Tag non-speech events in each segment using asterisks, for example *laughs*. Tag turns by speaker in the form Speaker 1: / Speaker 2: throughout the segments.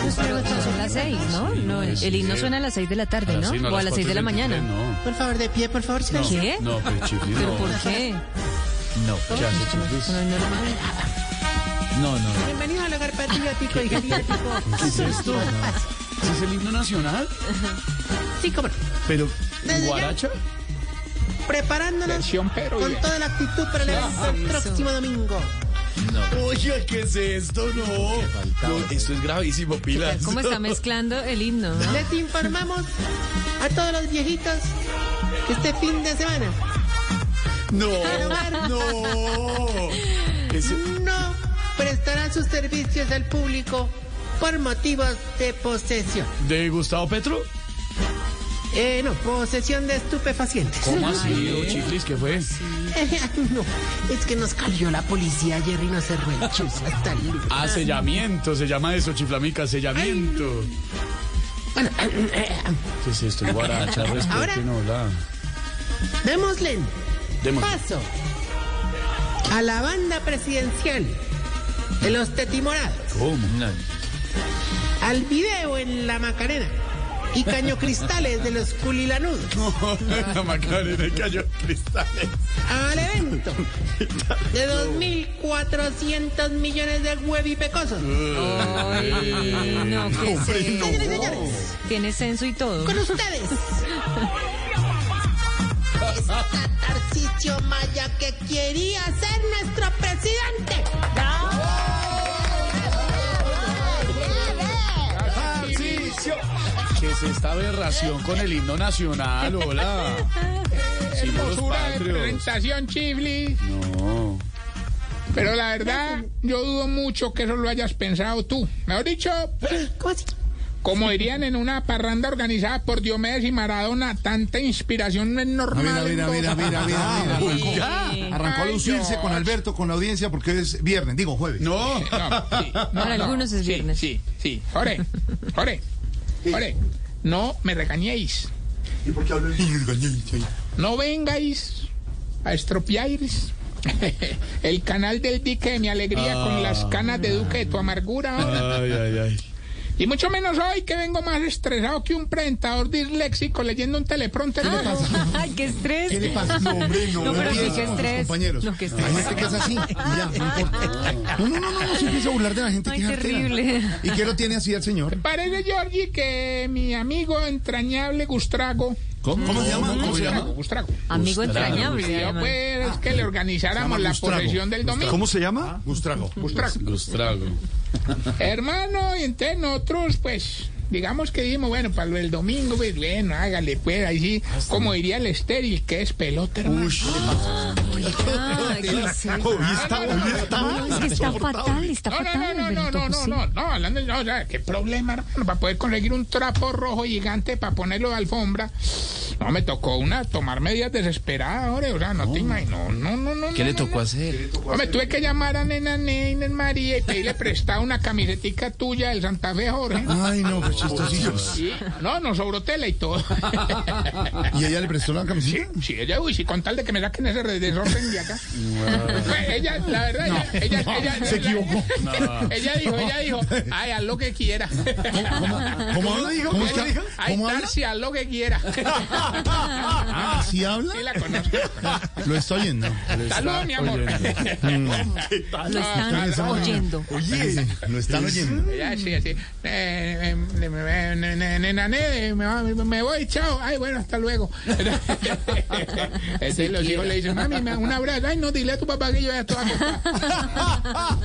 Speaker 1: Pues, Pero son las seis, ¿no? No, el, el himno suena a las seis de la tarde, ¿no?
Speaker 2: Sí, no,
Speaker 1: o a las seis de la
Speaker 2: 4:23,
Speaker 1: mañana.
Speaker 3: Por favor, de pie, por favor,
Speaker 1: No.
Speaker 3: Sergio.
Speaker 1: ¿Qué?
Speaker 2: No, no, pero chiflis,
Speaker 1: ¿Pero
Speaker 2: no.
Speaker 1: por qué?
Speaker 2: No, chance, chiflis.
Speaker 1: No, no, no.
Speaker 2: No, no.
Speaker 3: *laughs*
Speaker 2: no.
Speaker 3: Bienvenido al hogar patriótico *laughs* y geriátrico.
Speaker 2: ¿Qué es esto? ¿Ese es el himno nacional?
Speaker 3: Sí, cómo no.
Speaker 2: Pero,
Speaker 3: Desde ya.
Speaker 2: ¿guaracha?
Speaker 3: Preparándonos
Speaker 2: Versión pero
Speaker 3: con
Speaker 2: bien.
Speaker 3: toda la actitud para el evento próximo domingo.
Speaker 2: Oye, ¿qué es esto? No. No, Esto es gravísimo, Pilas.
Speaker 1: ¿Cómo está mezclando el himno? no?
Speaker 3: Les informamos a todos los viejitos que este fin de semana
Speaker 2: No, no. Eso-
Speaker 3: no prestarán sus servicios al público por motivos de posesión.
Speaker 2: ¿De Gustavo Petro?
Speaker 3: Eh, no, posesión de estupefacientes. *laughs*
Speaker 2: ¿Cómo así, oh, Chiflis? ¿Qué fue?
Speaker 3: no, es que nos cayó la policía ayer y nos cerró el *laughs* chus hasta el lunes.
Speaker 2: Ah, sellamiento, se llama eso, chiflamica, sellamiento.
Speaker 3: Bueno, eh,
Speaker 2: ¿Qué es esto? Es Guaracha,
Speaker 3: Ahora.
Speaker 2: respete, no, la.
Speaker 3: démosle
Speaker 2: Demos. *laughs*
Speaker 3: paso a la banda presidencial de los tetimorados,
Speaker 2: ¿Cómo?
Speaker 3: al video en la Macarena y caño cristales de los culilanudos,
Speaker 2: La Macarena cayó cristales.
Speaker 3: al evento de 2.400 millones de huevipecosos.
Speaker 1: Ay, no, ¿qué es
Speaker 2: Hombre,
Speaker 1: eso?
Speaker 3: Señores, señores,
Speaker 1: Tiene censo y todo.
Speaker 3: con ustedes. Está Tarcicio Maya que quería ser nuestro presidente.
Speaker 2: Tarcisio. ¿Qué es esta aberración con el himno nacional? *laughs* Hola. Símbolos patrios.
Speaker 4: presentación, Chifli.
Speaker 2: No.
Speaker 4: Pero la verdad, yo dudo mucho que eso lo hayas pensado tú. Mejor dicho,
Speaker 3: ¿Cómo así?
Speaker 4: como dirían en una parranda organizada por Diomedes y Maradona, tanta inspiración no es normal.
Speaker 5: Mira, mira,
Speaker 4: en
Speaker 5: mira,
Speaker 4: Bogotá.
Speaker 5: mira, mira, mira.
Speaker 1: Sí.
Speaker 5: Arrancó a
Speaker 4: Ay,
Speaker 5: lucirse
Speaker 4: Dios.
Speaker 5: con Alberto, con la audiencia, porque es viernes, digo jueves.
Speaker 2: No.
Speaker 4: *laughs* No, sí, no,
Speaker 1: Para
Speaker 4: no.
Speaker 1: algunos es
Speaker 4: Sí,
Speaker 1: viernes.
Speaker 4: Sí, sí. Ore, ore, ore. No me regañéis.
Speaker 5: ¿Y por qué hablo en
Speaker 4: No vengáis a estropear *laughs* el canal del dique de mi alegría con
Speaker 5: Ah.
Speaker 4: las canas de Duque de tu amargura.
Speaker 2: Ay, ay, ay.
Speaker 4: Y mucho menos hoy que vengo más estresado que un presentador disléxico leyendo un teleprompter.
Speaker 1: Ah, *laughs* Ay, qué estrés.
Speaker 5: ¿Qué le pasa? No, hombre, no.
Speaker 1: No, pero sí,
Speaker 5: empiece
Speaker 1: qué
Speaker 5: con sus
Speaker 1: estrés.
Speaker 5: compañeros.
Speaker 1: No, qué estrés.
Speaker 5: Hay gente que es así. y ya, no, importa. no, no, no, no, no, se empieza a burlar de la gente
Speaker 1: Ay,
Speaker 5: que es artera.
Speaker 1: terrible.
Speaker 5: ¿Y qué lo tiene así el señor?
Speaker 4: Parece, Georgie, que mi amigo entrañable Gustrago.
Speaker 5: ¿Cómo, se llama? ¿Cómo se
Speaker 4: Gustrago,
Speaker 5: llama? Ah.
Speaker 4: Gustrago.
Speaker 1: Amigo entrañable,
Speaker 4: Yo,
Speaker 1: además.
Speaker 4: pues es que le organizáramos la
Speaker 5: Gustrago.
Speaker 4: posesión del domingo.
Speaker 5: ¿Cómo se llama? Gustrago.
Speaker 4: Gustrago.
Speaker 2: Gustrago.
Speaker 4: Hermano, y entonces nosotros, pues, digamos que dijimos, bueno, para lo del domingo, pues, bueno, hágale, pues, ahí sí,
Speaker 5: Ah,
Speaker 4: como diría el estéril, que es pelota, hermano.
Speaker 1: Ah, ¿qué es
Speaker 5: *laughs*
Speaker 1: eso?
Speaker 5: Hoy Oh, está, hoy
Speaker 1: No, es que está fatal, está
Speaker 4: No, no,
Speaker 1: fatal. pues
Speaker 4: no, no, no,
Speaker 1: Alberto,
Speaker 4: no, no,
Speaker 1: José.
Speaker 4: no, no, hablando de, no, o sea, qué problema, hermano, para poder conseguir un trapo rojo gigante para ponerlo de alfombra. No, me tocó una, tomar medidas desesperadas, ahora, o sea, no te imagino, no, no, no.
Speaker 6: ¿Qué
Speaker 4: no,
Speaker 6: le
Speaker 4: no,
Speaker 6: tocó
Speaker 4: no.
Speaker 6: hacer?
Speaker 4: Hombre, tuve que llamar a Nena Nena María y pedirle prestada una camisetica tuya del Santa Fe Jorge.
Speaker 5: Ay, no, pues chistositos.
Speaker 4: Sí, No, nos sobró tela
Speaker 6: *laughs*
Speaker 4: y todo.
Speaker 5: ¿Y ella le prestó la camiseta?
Speaker 4: Sí, ella, uy, sí, con tal de que me saquen ese re- desorden de acá. Pues ella, la verdad, ella, ella, ella-
Speaker 5: se equivocó.
Speaker 4: Ella dijo, ella dijo, ay, haz lo que quiera.
Speaker 5: ¿Cómo, cómo habla? ¿Cómo es que habla?
Speaker 4: Ay,
Speaker 5: ¿Cómo habla?
Speaker 4: Tarsi, haz lo que
Speaker 5: *laughs*
Speaker 4: quiera.
Speaker 5: Ah, ¿sí habla?
Speaker 4: Sí la conozco.
Speaker 5: Lo está oyendo.
Speaker 4: Saludos, mi amor.
Speaker 1: Lo están oyendo.
Speaker 5: Oye, lo están oyendo.
Speaker 4: Ya, sí, así. Eh, eh, eh, eh, nena, nena, nene, me *laughs* va- me voy, chao. Ay, bueno, hasta luego. Entonces los hijos le dicen, mami, me una- un abrazo. Ay, no, dile a tu papá que yo ya estoy
Speaker 5: *laughs*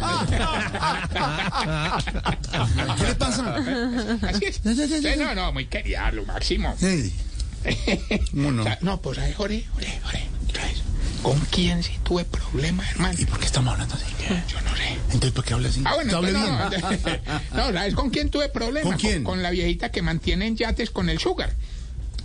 Speaker 4: acostado.
Speaker 5: ¿Qué le pasa?
Speaker 4: Así es.
Speaker 5: Ya, ya, ya, ya,
Speaker 4: Sí,
Speaker 5: ya.
Speaker 4: no, no, muy querida, lo máximo.
Speaker 5: Ey, no, no.
Speaker 4: O sea, no, pues ahí, Jorge, Jorge, Jorge, otra vez. ¿Con quién sí tuve problemas, hermano?
Speaker 5: ¿Y por qué estamos hablando así?
Speaker 4: Yo no sé.
Speaker 5: Entonces, ¿por qué hablas así?
Speaker 4: Ah, bueno,
Speaker 5: Te hablé bien.
Speaker 4: entonces no, no, ¿sabes con quién tuve problemas?
Speaker 5: ¿Con quién?
Speaker 4: Con, la viejita que mantiene en yates con el sugar.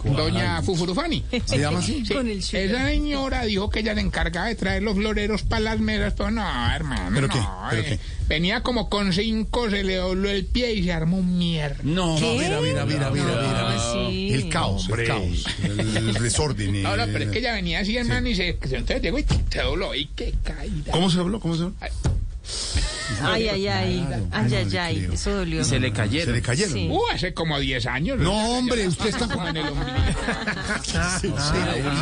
Speaker 4: Doña Fufurufani.
Speaker 5: ¿Se llama así?
Speaker 1: *laughs*
Speaker 4: Sí,
Speaker 1: Con el sugar.
Speaker 4: Esa señora dijo que ella se encargaba de traer los floreros para las mesas, pero no, hermano.
Speaker 5: ¿Pero
Speaker 4: no,
Speaker 5: qué? ¿Pero
Speaker 4: eh.
Speaker 5: qué?
Speaker 4: Venía como con cinco, se le dobló el pie y se armó un mierda.
Speaker 2: No,
Speaker 1: ¿Qué?
Speaker 5: Mira, mira, mira, mira, mira.
Speaker 1: Ah, sí.
Speaker 5: El caos, el caos, el desorden. eh.
Speaker 4: No, no, pero es que ella venía así, hermano, y se, se- entonces llegó y se dobló. Y qué caída.
Speaker 5: ¿Cómo se habló? ¿Cómo se habló?
Speaker 1: Ay, ay, ay. Ay, ay, ay. Eso dolió.
Speaker 2: Se le
Speaker 5: Se
Speaker 2: cayeron.
Speaker 5: le cayeron.
Speaker 1: Sí.
Speaker 4: Uh, hace como 10 años.
Speaker 5: No, hombre, usted está
Speaker 4: como en el ombligo.
Speaker 5: *laughs* Sí, sí.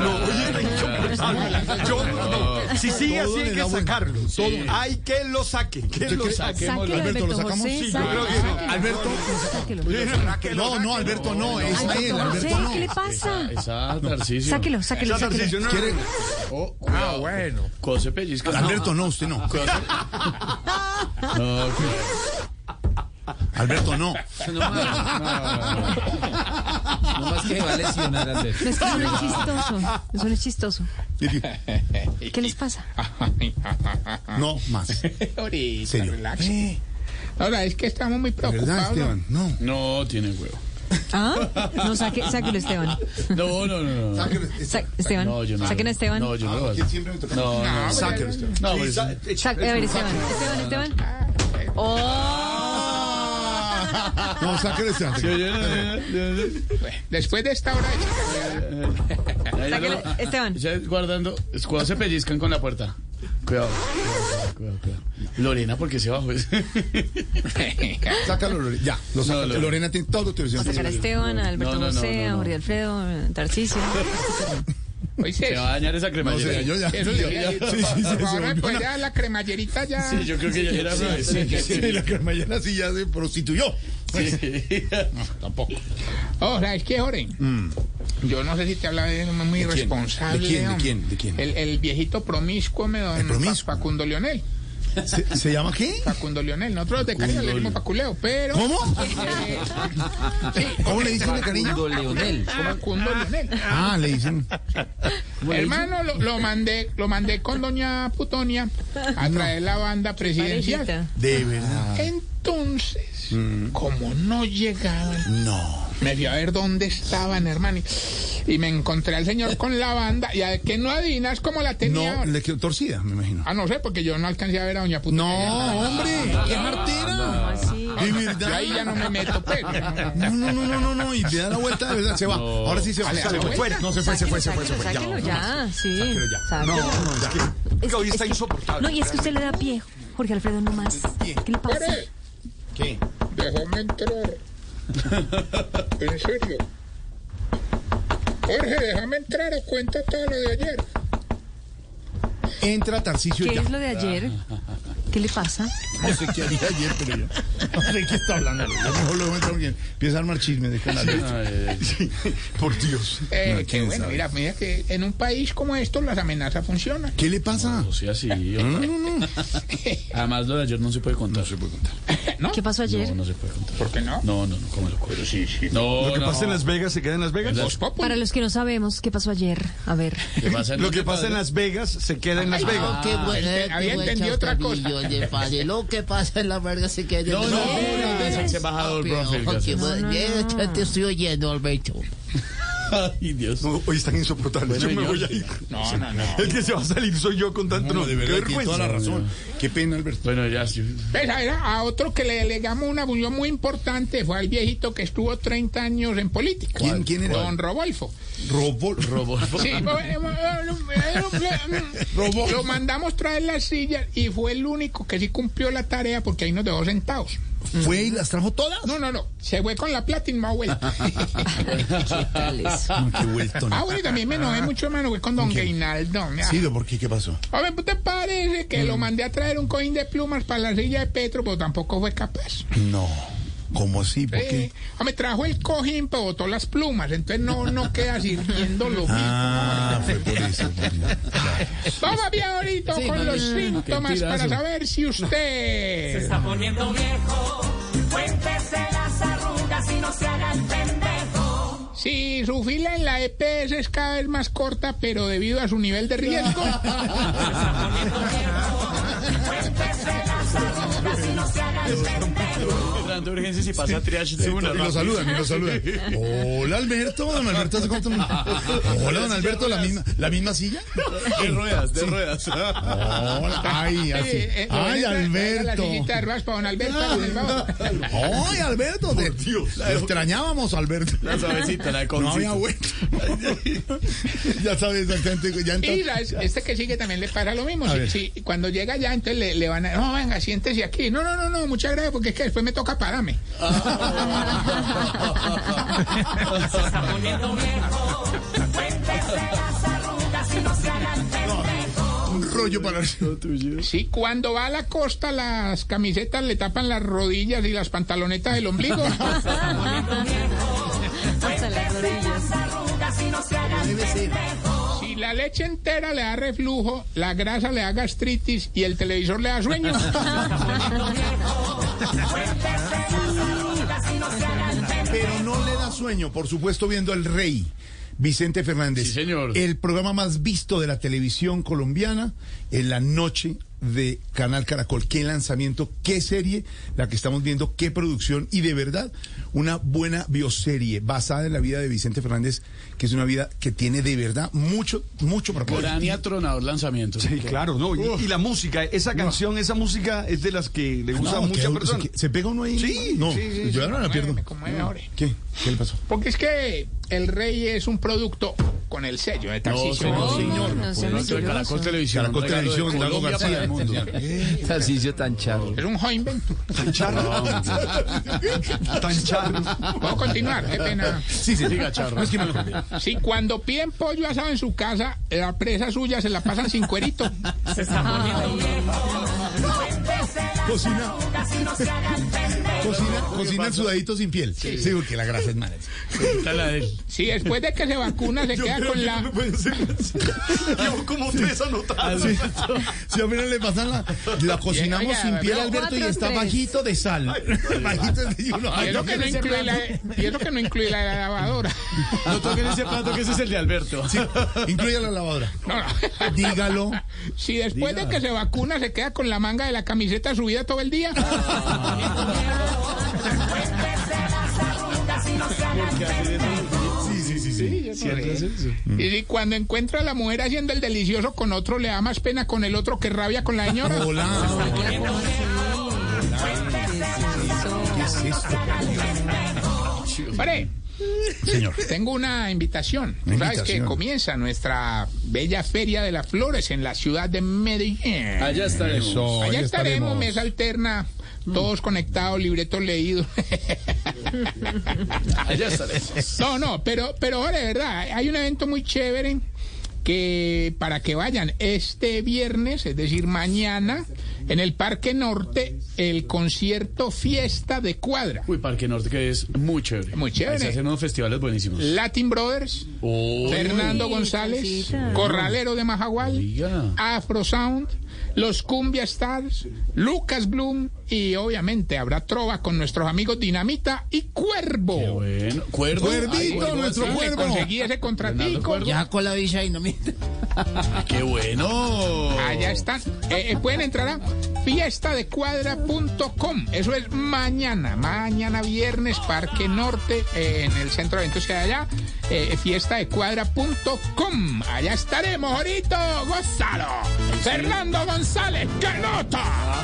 Speaker 6: No, oye, está insoportable. Yo, no. Si sigue así,
Speaker 5: Todo
Speaker 6: hay
Speaker 5: le
Speaker 6: que
Speaker 5: da vuelta.
Speaker 6: sacarlo. Hay que lo saque. Que
Speaker 5: ¿Usted
Speaker 6: lo
Speaker 5: cree-
Speaker 6: saque.
Speaker 1: Sáquelo,
Speaker 5: Alberto, ¿lo sacamos?
Speaker 1: José,
Speaker 5: Sí, yo
Speaker 1: sáquelo,
Speaker 6: creo que
Speaker 1: sáquelo,
Speaker 6: no.
Speaker 5: Alberto.
Speaker 1: sáquelo.
Speaker 5: No, no, Alberto, no, es
Speaker 1: Ay,
Speaker 5: él,
Speaker 1: doctor
Speaker 5: Alberto,
Speaker 1: José,
Speaker 5: no.
Speaker 1: ¿qué le pasa?
Speaker 2: Esa, Tarcisio.
Speaker 1: Sáquelo, sáquelo,
Speaker 6: Esa
Speaker 1: sáquelo.
Speaker 6: transición no-
Speaker 5: ¿Quiere?
Speaker 2: Oh, ah, bueno. Cose pellizca.
Speaker 5: Alberto, no, usted no. Alberto, no.
Speaker 7: No más, no, no más que va a lesionar al
Speaker 1: No, es que eso no es chistoso. Eso no es chistoso. ¿Qué les pasa?
Speaker 5: No más.
Speaker 4: Ahorita,
Speaker 5: Serio.
Speaker 4: relax. Ahora, es que estamos muy
Speaker 5: ¿De
Speaker 4: preocupados.
Speaker 5: verdad, Esteban? No.
Speaker 2: No, tiene huevo.
Speaker 1: ¿Ah? No, saque, sáquelo, Esteban.
Speaker 2: No, no, no. no.
Speaker 5: eh,
Speaker 1: Sa- Esteban,
Speaker 2: No, yo no.
Speaker 1: saquen a Esteban.
Speaker 2: No, yo no.
Speaker 5: ah,
Speaker 6: Ah,
Speaker 2: lo hago.
Speaker 5: No,
Speaker 2: No, no.
Speaker 4: No,
Speaker 5: sáquelo,
Speaker 4: pero-
Speaker 5: Esteban.
Speaker 2: No, pues, eh, pero es-
Speaker 1: Sa- a ver, Esteban. Esteban, Esteban. ¡Oh!
Speaker 5: No, sáquelo, Esteban.
Speaker 2: Yo, yo, no, yo, yo, yo.
Speaker 4: Después de esta hora...
Speaker 2: Ahí ya
Speaker 1: Sáquelo,
Speaker 2: lo-
Speaker 1: Esteban.
Speaker 2: Ya guardando, es cuando se pellizcan con la puerta. Cuidado, cuidado, cuidado, cuidado. Lorena, porque se bajó. *laughs*
Speaker 4: *laughs*
Speaker 5: Sácalo, Lorena. Ya, lo saca.
Speaker 2: Lorena.
Speaker 5: Lorena tiene todo tu
Speaker 1: Vamos a sacar a Esteban, a Alberto
Speaker 2: No, no, no,
Speaker 1: José,
Speaker 2: no,
Speaker 1: a
Speaker 2: no.
Speaker 1: Jorge Alfredo, a Tarcisio.
Speaker 4: Oíste,
Speaker 2: Se va a dañar esa
Speaker 5: No
Speaker 2: cremallera.
Speaker 5: sé, yo ya.
Speaker 4: Eso
Speaker 5: yo
Speaker 4: le
Speaker 5: ya-
Speaker 4: había dicho.
Speaker 5: Sí, sí, sí, se
Speaker 4: Por favor,
Speaker 5: volvió
Speaker 4: pues
Speaker 5: una-
Speaker 4: ya la cremallerita ya...
Speaker 2: Sí, yo creo que ya era una vez.
Speaker 5: Sí, la cremallera sí ya se prostituyó.
Speaker 2: *laughs* Tampoco.
Speaker 4: O sea, es que Oren, yo no sé si te habla de él, muy
Speaker 5: quién?
Speaker 4: irresponsable.
Speaker 5: Mm. ¿De quién? ¿De
Speaker 4: hombre.
Speaker 5: quién? ¿De quién?
Speaker 4: El, el viejito promiscuo, me don
Speaker 5: ¿El promiscuo?
Speaker 4: Fa- Facundo Leonel.
Speaker 5: ¿Se, se llama qué?
Speaker 4: Facundo Leonel, nosotros de cariño le dimos Faculeo, pero.
Speaker 5: ¿Cómo?
Speaker 4: Eh,
Speaker 5: ¿Cómo le dicen de cariño?
Speaker 7: Facundo Leonel.
Speaker 4: Facundo Leonel.
Speaker 5: Ah, le dicen.
Speaker 4: Hermano, lo, lo mandé lo mandé con doña Putonia a traer la banda presidencial.
Speaker 1: Parejita.
Speaker 5: De verdad.
Speaker 4: Entonces,
Speaker 5: Mm.
Speaker 4: como no llegaban,
Speaker 5: No.
Speaker 4: Me fui a ver dónde estaban, hermano. y- Y me encontré al señor con la banda. Y a que no adivinas cómo la tenía.
Speaker 5: No,
Speaker 4: ahora.
Speaker 5: le quedó torcida, me imagino.
Speaker 4: Ah, no sé, porque yo no alcancé a ver a Doña Puta.
Speaker 5: No, hombre, qué jartera.
Speaker 1: Así.
Speaker 5: De
Speaker 4: Yo ahí ya
Speaker 5: verdad.
Speaker 4: no me meto, pues.
Speaker 5: *laughs*
Speaker 4: pero.
Speaker 5: No, no, no, no, no, no. Y te da la vuelta, de verdad, se va. Ahora sí se va.
Speaker 4: Dale,
Speaker 5: Se
Speaker 4: dale,
Speaker 5: fue.
Speaker 4: vuelta.
Speaker 5: No, se fue, se fue, se fue. se
Speaker 1: Sáquelo,
Speaker 5: fue.
Speaker 1: sáquelo ya, sí.
Speaker 5: Sáquelo ya.
Speaker 1: Sáquelo.
Speaker 5: No, no, ya.
Speaker 1: Es-
Speaker 6: Hoy
Speaker 1: es
Speaker 6: está
Speaker 1: que-
Speaker 6: insoportable.
Speaker 1: No, y es que usted le da pie, Jorge Alfredo, no más. ¿Qué le pasa?
Speaker 4: Pare,
Speaker 5: ¿Qué?
Speaker 4: déjame
Speaker 5: *laughs*
Speaker 4: entrar. En serio. Jorge, déjame entrar o cuenta todo lo de ayer.
Speaker 5: Entra Tarcicio
Speaker 1: ¿Qué
Speaker 5: ya.
Speaker 1: es lo de ayer? ¿Qué le pasa?
Speaker 5: No sé qué haría ayer, pero yo. No sé qué está hablando. Yo mejor luego entra alguien. Empieza a armar chisme de canal. Sí. Por Dios.
Speaker 4: Eh,
Speaker 5: No,
Speaker 4: que
Speaker 5: quién
Speaker 4: bueno,
Speaker 5: sabe.
Speaker 4: mira, mira que en un país como esto las amenazas funcionan.
Speaker 5: ¿Qué le pasa?
Speaker 2: O sea, sí. hombre.
Speaker 5: ¿Mm?
Speaker 2: Además, lo de ayer no se puede contar. No se puede contar.
Speaker 1: ¿Qué pasó ayer?
Speaker 2: No, no se puede contar.
Speaker 4: ¿Por qué no?
Speaker 2: No, no, no, como lo cuento. Sí, sí. No,
Speaker 6: Lo que
Speaker 2: no.
Speaker 6: pasa en Las Vegas se queda en Las Vegas.
Speaker 4: Los popos.
Speaker 1: Para los que no sabemos, ¿qué pasó ayer? A ver.
Speaker 2: ¿Qué pasa en
Speaker 6: Lo que pasa en Las Vegas se queda en Las Vegas.
Speaker 7: Ah, Qué bueno,
Speaker 4: Este, había entendido otra cosa.
Speaker 7: Oye, padre, lo que pasa en la verga se queda en
Speaker 2: No,
Speaker 7: la
Speaker 2: no, no.
Speaker 7: verga.
Speaker 2: es embajador
Speaker 7: Pero,
Speaker 2: Bronfield,
Speaker 7: qué
Speaker 2: gracias.
Speaker 7: bueno. Ya Te estoy oyendo, Alberto.
Speaker 2: *laughs* Ay, Dios.
Speaker 5: No, hoy están insoportables. Yo me
Speaker 2: señor.
Speaker 5: voy a ir.
Speaker 4: No, no, no.
Speaker 6: El que se va a salir soy yo con tanto.
Speaker 5: No, de verdad,
Speaker 6: qué
Speaker 5: tiene toda la
Speaker 6: vergüenza.
Speaker 5: razón. Qué pena, Alberto.
Speaker 2: Bueno, ya. sí.
Speaker 4: Pues, a, ver, a otro que le delegamos una función muy importante fue al viejito que estuvo 30 años en política.
Speaker 5: ¿Quién- quién era?
Speaker 4: Don Rodolfo.
Speaker 5: Robo, robo. *laughs*
Speaker 4: Sí, eh, mm, lo mandamos traer las sillas y fue el único que sí cumplió la tarea porque ahí nos dejó sentados.
Speaker 5: ¿Fue y las trajo todas?
Speaker 4: No, no, no. Se fue con la plata y no ha
Speaker 5: *laughs*
Speaker 4: vuelto.
Speaker 1: ¿Qué tal eso?
Speaker 5: No, qué vuelto.
Speaker 4: Ah,
Speaker 5: ¿no?
Speaker 4: bueno, y también me enojé mucho, hermano. Fue con Don
Speaker 5: ¿Quién?
Speaker 4: Gainaldo. Ah,
Speaker 5: Sí, ¿por qué? ¿Qué pasó?
Speaker 4: A ver, ¿te
Speaker 5: Mm.
Speaker 4: parece que lo mandé a traer un cojín de plumas para la silla de Petro, pero tampoco fue capaz?
Speaker 5: No. ¿Cómo así? ¿Por
Speaker 4: Sí.
Speaker 5: qué?
Speaker 4: Ah, me trajo el cojín, pero botó las plumas, entonces no, no queda sirviendo lo mismo.
Speaker 5: Ah, fue por eso. por eso.
Speaker 4: Vamos a ver ahorita
Speaker 7: Sí,
Speaker 4: con
Speaker 7: mami,
Speaker 4: los
Speaker 7: qué
Speaker 4: síntomas
Speaker 7: tirazo.
Speaker 4: para saber si usted...
Speaker 6: Está poniendo viejo. Cuéntese las arrugas y no se haga el pendejo.
Speaker 4: Si su fila en la EPS es cada vez más corta, pero debido a su nivel de riesgo...
Speaker 6: Cuéntese las arrugas y no se haga el pendejo.
Speaker 2: Entrando urgencias y pasa triage
Speaker 5: Y lo saludan, y lo saludan. Hola Alberto, don Alberto hace cuánto no- Hola don Alberto, la misma, la misma silla.
Speaker 2: De ruedas, de ruedas.
Speaker 5: Hola, *laughs* ay, así.
Speaker 4: Eh, eh,
Speaker 5: Ay
Speaker 4: Lorena, traiga La
Speaker 5: Alberto.
Speaker 4: sillita de ruedas para don Alberto. pues, vamos.
Speaker 5: Ay Alberto, te, te extrañábamos Alberto.
Speaker 2: La suavecita, la de
Speaker 5: No había
Speaker 2: concita.
Speaker 5: vuelto. ya sabes exactamente. Ya
Speaker 4: Y
Speaker 5: entra-
Speaker 4: ¿sabes? este que sigue también le pasa lo mismo.
Speaker 5: A
Speaker 4: Si-
Speaker 5: ver.
Speaker 4: si- cuando llega ya, entonces le, le van a... No, venga, siéntese aquí. No, no, no, no, muchas gracias, porque es que después me toca pararme.
Speaker 6: Se está poniendo viejo. Cuéntese las arrugas y no se haga el pendejo.
Speaker 5: un rollo para
Speaker 4: Sí, cuando va a la costa, las camisetas le tapan las rodillas y las pantalonetas del ombligo.
Speaker 1: Hasta las rodillas.
Speaker 6: Las arrugas y no se haga el pendejo.
Speaker 4: Si la leche entera le da reflujo, la grasa le da gastritis y el televisor le da sueño.
Speaker 6: Cuéntese las arrugas y no se haga el pendejo.
Speaker 5: Pero no le da sueño, por supuesto, viendo al rey. Vicente Fernández.
Speaker 2: Sí, señor.
Speaker 5: El programa más visto de la televisión colombiana en la noche de Canal Caracol. Qué lanzamiento, qué serie la que estamos viendo, qué producción y de verdad una buena bioserie basada en la vida de Vicente Fernández, que es una vida que tiene de verdad mucho, mucho propósito.
Speaker 2: Gran y atronador lanzamiento.
Speaker 8: Sí, claro, no. Y, y la música, esa canción, esa música es de las que le gusta a
Speaker 5: No,
Speaker 8: muchas
Speaker 5: que-
Speaker 8: personas.
Speaker 5: *laughs* se, se pega uno ahí.
Speaker 8: Sí,
Speaker 5: no,
Speaker 8: sí, sí,
Speaker 5: yo ahora la pierdo.
Speaker 4: Me conmueve ahora.
Speaker 5: ¿Qué? ¿Qué le pasó?
Speaker 4: Porque es que el rey es un producto con el sello de Tarcisio.
Speaker 2: señor.
Speaker 1: No,
Speaker 2: señor,
Speaker 1: no sea
Speaker 2: Pues No, esto de
Speaker 1: mentiroso.
Speaker 2: Caracol Televisión.
Speaker 5: Caracol
Speaker 2: un regalo de
Speaker 5: Televisión, Drago
Speaker 2: Colombia
Speaker 5: García.
Speaker 2: para el mundo.
Speaker 7: Tarcicio tan charro.
Speaker 4: Es un joven venture. *laughs*
Speaker 8: Tan charro.
Speaker 4: Vamos a continuar, qué pena.
Speaker 5: *laughs* Sí, sí,
Speaker 2: Diga, charro.
Speaker 5: Es que me acordé.
Speaker 4: Si cuando piden pollo asado en su casa, la presa suya se la pasan sin cuerito.
Speaker 6: Se está poniendo viejo. Cuéntese las
Speaker 5: Cocina.
Speaker 6: arrugas y no se haga el pendejo.
Speaker 5: Cocina, cocina el sudadito sin piel. Sí, porque la grasa es mala.
Speaker 2: Está la de él.
Speaker 4: Si después de que se vacuna se queda con la...
Speaker 8: Llevo como tres anotadas.
Speaker 5: Sí. Si apenas le pasan la, la cocinamos
Speaker 4: Oiga,
Speaker 5: sin piel,
Speaker 4: no,
Speaker 5: Alberto, y
Speaker 1: cuatro,
Speaker 5: está
Speaker 1: tres.
Speaker 5: bajito de sal. bajito de y uno,
Speaker 4: Y
Speaker 5: ay,
Speaker 4: es, lo que no incluye la, y es lo que no incluye la lavadora.
Speaker 2: No toquen ese plato que ese es el de Alberto.
Speaker 5: sí, incluye la lavadora.
Speaker 4: No, no.
Speaker 5: Dígalo.
Speaker 4: Si después de que se vacuna se queda con la manga de la camiseta subida todo el día.
Speaker 6: Cuéntese las arrugas y no se haga el
Speaker 5: Sí, sí, sí, sí.
Speaker 4: Y si cuando encuentra a la mujer haciendo el delicioso con otro, le da más pena con el otro que rabia con la señora.
Speaker 5: Hola. ¿Qué es esto?
Speaker 4: Hombre,
Speaker 5: Señor.
Speaker 4: tengo una invitación. Tú
Speaker 5: Una
Speaker 4: Sabes que
Speaker 5: invitación.
Speaker 4: comienza nuestra bella feria de las flores en la ciudad de Medellín.
Speaker 7: Allá estaremos.
Speaker 5: Eso,
Speaker 4: Allá
Speaker 5: ahí
Speaker 4: estaremos, mesa alterna, todos conectados, libretos leídos.
Speaker 7: Allá estaremos.
Speaker 4: No, no, pero, pero ahora de verdad, hay un evento muy chévere que para que vayan este viernes, es decir, mañana, en el Parque Norte, el concierto Fiesta de Cuadra.
Speaker 2: Uy, Parque Norte que es muy chévere.
Speaker 4: Muy chévere.
Speaker 2: Ahí se hacen unos festivales buenísimos.
Speaker 4: Latin Brothers,
Speaker 2: Oh,
Speaker 4: Fernando González,
Speaker 1: Salsita.
Speaker 4: Corralero de Majagual,
Speaker 2: oiga.
Speaker 4: Afro Sound, los Cumbia Stars, Lucas Bloom y obviamente habrá trova con nuestros amigos Dinamita y Cuervo.
Speaker 2: Bueno, cuervo.
Speaker 5: Cuervito,
Speaker 2: Ay,
Speaker 5: nuestro
Speaker 2: sí,
Speaker 4: Le
Speaker 5: Cuervo.
Speaker 4: conseguí ese contratico.
Speaker 2: Cuervo.
Speaker 7: Ya con la villa y no mientas.
Speaker 2: Qué bueno.
Speaker 4: Allá están. Eh, eh, pueden entrar a fiestadecuadra.com. Eso es mañana, mañana viernes, Parque Norte, eh, en el centro de eventos que hay allá. Eh, fiestadecuadra.com. Allá estaremos, ahorita, Gonzalo. Fernando González, ¡qué nota!